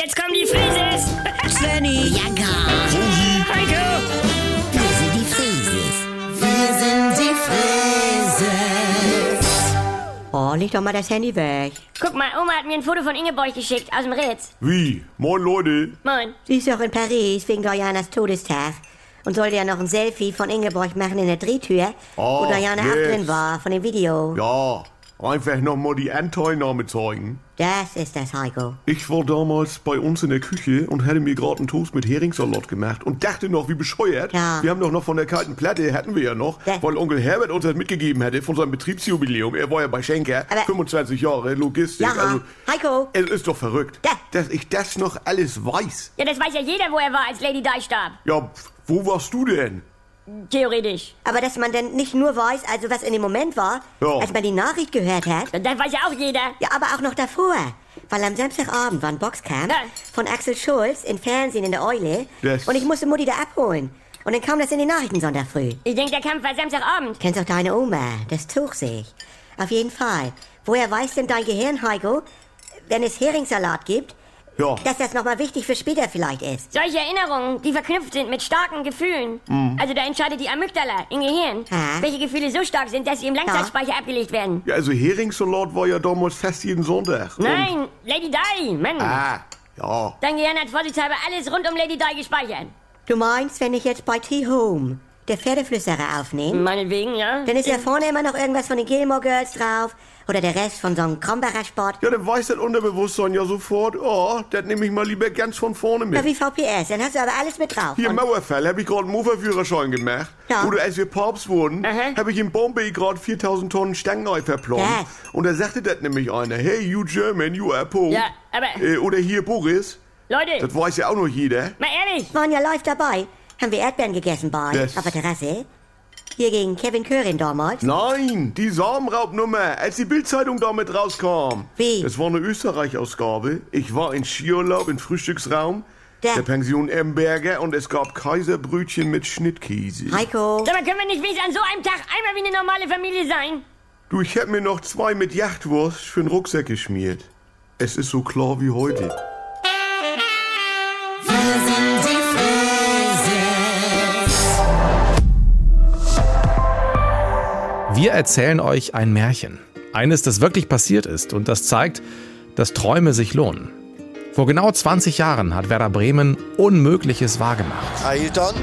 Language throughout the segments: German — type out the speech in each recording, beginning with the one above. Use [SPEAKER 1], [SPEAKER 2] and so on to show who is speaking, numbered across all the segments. [SPEAKER 1] Jetzt kommen die Frises!
[SPEAKER 2] Svenny,
[SPEAKER 3] Ja, gar.
[SPEAKER 1] Heiko!
[SPEAKER 3] Wir sind die Frieses. Wir sind die Frieses.
[SPEAKER 2] oh, leg doch mal das Handy weg.
[SPEAKER 1] Guck mal, Oma hat mir ein Foto von Ingeborg geschickt, aus dem Rätz.
[SPEAKER 4] Wie? Moin Leute.
[SPEAKER 1] Moin.
[SPEAKER 2] Sie ist doch in Paris wegen Dianas Todestag und sollte ja noch ein Selfie von Ingeborg machen in der Drehtür, wo
[SPEAKER 4] Ah,
[SPEAKER 2] Diana auch
[SPEAKER 4] yes.
[SPEAKER 2] drin war, von dem Video.
[SPEAKER 4] Ja, einfach nochmal die Anteilnahme zeigen.
[SPEAKER 2] Das ist das, Heiko.
[SPEAKER 4] Ich war damals bei uns in der Küche und hatte mir gerade einen Toast mit Heringssalat gemacht und dachte noch, wie bescheuert.
[SPEAKER 2] Ja.
[SPEAKER 4] Wir haben doch noch von der kalten Platte, hatten wir ja noch,
[SPEAKER 2] Ja.
[SPEAKER 4] weil Onkel Herbert uns das mitgegeben hatte von seinem Betriebsjubiläum. Er war ja bei Schenker,
[SPEAKER 2] Aber-
[SPEAKER 4] 25 Jahre, Logistik.
[SPEAKER 2] Ja,
[SPEAKER 4] also,
[SPEAKER 2] Heiko.
[SPEAKER 4] Es ist doch verrückt,
[SPEAKER 2] Ja.
[SPEAKER 4] dass ich das noch alles weiß.
[SPEAKER 1] Ja, das weiß ja jeder, wo er war, als Lady Di starb.
[SPEAKER 4] Ja, pf, wo warst du denn?
[SPEAKER 1] Theoretisch.
[SPEAKER 2] Aber dass man dann nicht nur weiß, also was in dem Moment war,
[SPEAKER 4] Ja.
[SPEAKER 2] als man die Nachricht gehört hat,
[SPEAKER 1] Und das weiß ja auch jeder.
[SPEAKER 2] ja, aber auch noch davor. Weil am Samstagabend war ein Boxkampf
[SPEAKER 1] Ja.
[SPEAKER 2] von Axel Schulz im Fernsehen in der Eule
[SPEAKER 4] Das-
[SPEAKER 2] und ich musste Mutti da abholen. Und dann kam das in die Nachrichten Sonntag früh.
[SPEAKER 1] Ich denk, der Kampf war Samstagabend.
[SPEAKER 2] Kennst auch deine Oma, das zog sich. Auf jeden Fall. Woher weiß denn dein Gehirn, Heiko, wenn es Heringssalat gibt,
[SPEAKER 4] Ja.
[SPEAKER 2] dass das nochmal wichtig für später vielleicht ist?
[SPEAKER 1] Solche Erinnerungen, die verknüpft sind mit starken Gefühlen.
[SPEAKER 4] Mhm.
[SPEAKER 1] Also da entscheidet die Amygdala im Gehirn,
[SPEAKER 2] Ja.
[SPEAKER 1] welche Gefühle so stark sind, dass sie im Langzeitspeicher abgelegt werden.
[SPEAKER 4] Ja, also Heringssalat war ja damals fast jeden Sonntag. Und,
[SPEAKER 1] Nein, Lady Di, Mann.
[SPEAKER 4] ah, ja.
[SPEAKER 1] Dein Gehirn hat vorsichtshalber alles rund um Lady Di gespeichert.
[SPEAKER 2] Du meinst, wenn ich jetzt bei T-Home der Pferdeflüsterer aufnehme,
[SPEAKER 1] Meinetwegen, ja.
[SPEAKER 2] dann ist ja vorne immer noch irgendwas von den Gilmore Girls drauf oder der Rest von so einem Krombacher Sport.
[SPEAKER 4] Ja, dann weiß das Unterbewusstsein ja sofort, oh, das nehme ich mal lieber ganz von vorne
[SPEAKER 2] Ja,
[SPEAKER 4] mit.
[SPEAKER 2] wie VPS, dann hast du aber alles mit drauf.
[SPEAKER 4] Hier im
[SPEAKER 2] Und
[SPEAKER 4] Mauerfall habe ich gerade einen Mofa-Führerschein gemacht.
[SPEAKER 2] Ja.
[SPEAKER 4] Oder als wir Papst wurden,
[SPEAKER 1] Aha.
[SPEAKER 4] habe ich in Bombay gerade 4000 Tonnen Stangenei verplombt.
[SPEAKER 2] Ja.
[SPEAKER 4] Und da sagte das nämlich einer, hey, you German, you are Pope.
[SPEAKER 1] Ja, aber-
[SPEAKER 4] Äh, oder hier Boris,
[SPEAKER 1] Leute,
[SPEAKER 4] das weiß ja auch noch jeder.
[SPEAKER 1] mal ehrlich.
[SPEAKER 2] waren ja live dabei. Haben wir Erdbeeren gegessen bei,
[SPEAKER 4] Das-
[SPEAKER 2] auf der Terrasse. Hier gegen Kevin Körin damals.
[SPEAKER 4] Nein, die Samenraubnummer, als die Bildzeitung damit rauskam.
[SPEAKER 2] Wie?
[SPEAKER 4] Das war eine Österreich-Ausgabe. Ich war in Skiurlaub im Frühstücksraum
[SPEAKER 2] Ja.
[SPEAKER 4] der Pension Emberger und es gab Kaiserbrötchen mit Schnittkäse.
[SPEAKER 2] Heiko,
[SPEAKER 1] Sag mal, können wir nicht wenigstens an so einem Tag einmal wie eine normale Familie sein?
[SPEAKER 4] Du, ich hab mir noch zwei mit Jachtwurst für den Rucksack geschmiert. Es ist so klar wie heute.
[SPEAKER 3] Wir sind die Frieses.
[SPEAKER 5] Wir erzählen euch ein Märchen. Eines, das wirklich passiert ist und das zeigt, dass Träume sich lohnen. Vor genau 20 Jahren hat Werder Bremen Unmögliches wahrgemacht.
[SPEAKER 6] Ailton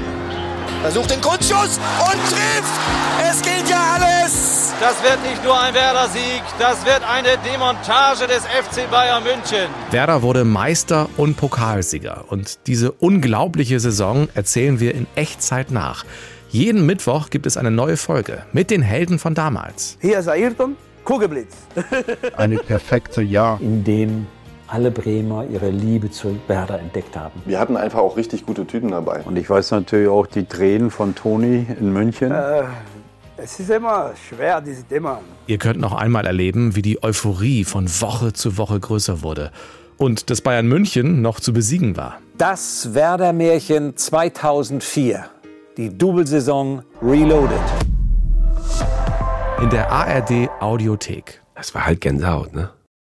[SPEAKER 6] versucht den Grundschuss und trifft. Es geht ja alles.
[SPEAKER 7] Das wird nicht nur ein Werder-Sieg, das wird eine Demontage des FC Bayern München.
[SPEAKER 5] Werder wurde Meister und Pokalsieger. Und diese unglaubliche Saison erzählen wir in Echtzeit nach. Jeden Mittwoch gibt es eine neue Folge mit den Helden von damals.
[SPEAKER 8] Hier ist Ayrton, Kugelblitz.
[SPEAKER 9] eine perfekte Jahr.
[SPEAKER 10] in dem alle Bremer ihre Liebe zu Werder entdeckt haben.
[SPEAKER 11] Wir hatten einfach auch richtig gute Typen dabei.
[SPEAKER 9] Und ich weiß natürlich auch die Tränen von Toni in München.
[SPEAKER 8] Es ist immer schwer, dieses Thema.
[SPEAKER 5] Ihr könnt noch einmal erleben, wie die Euphorie von Woche zu Woche größer wurde und dass Bayern München noch zu besiegen war.
[SPEAKER 10] Das Werder-Märchen 2004. Die Doublesaison Reloaded.
[SPEAKER 5] in der ARD Audiothek.
[SPEAKER 7] Das war halt Gänsehaut, ne?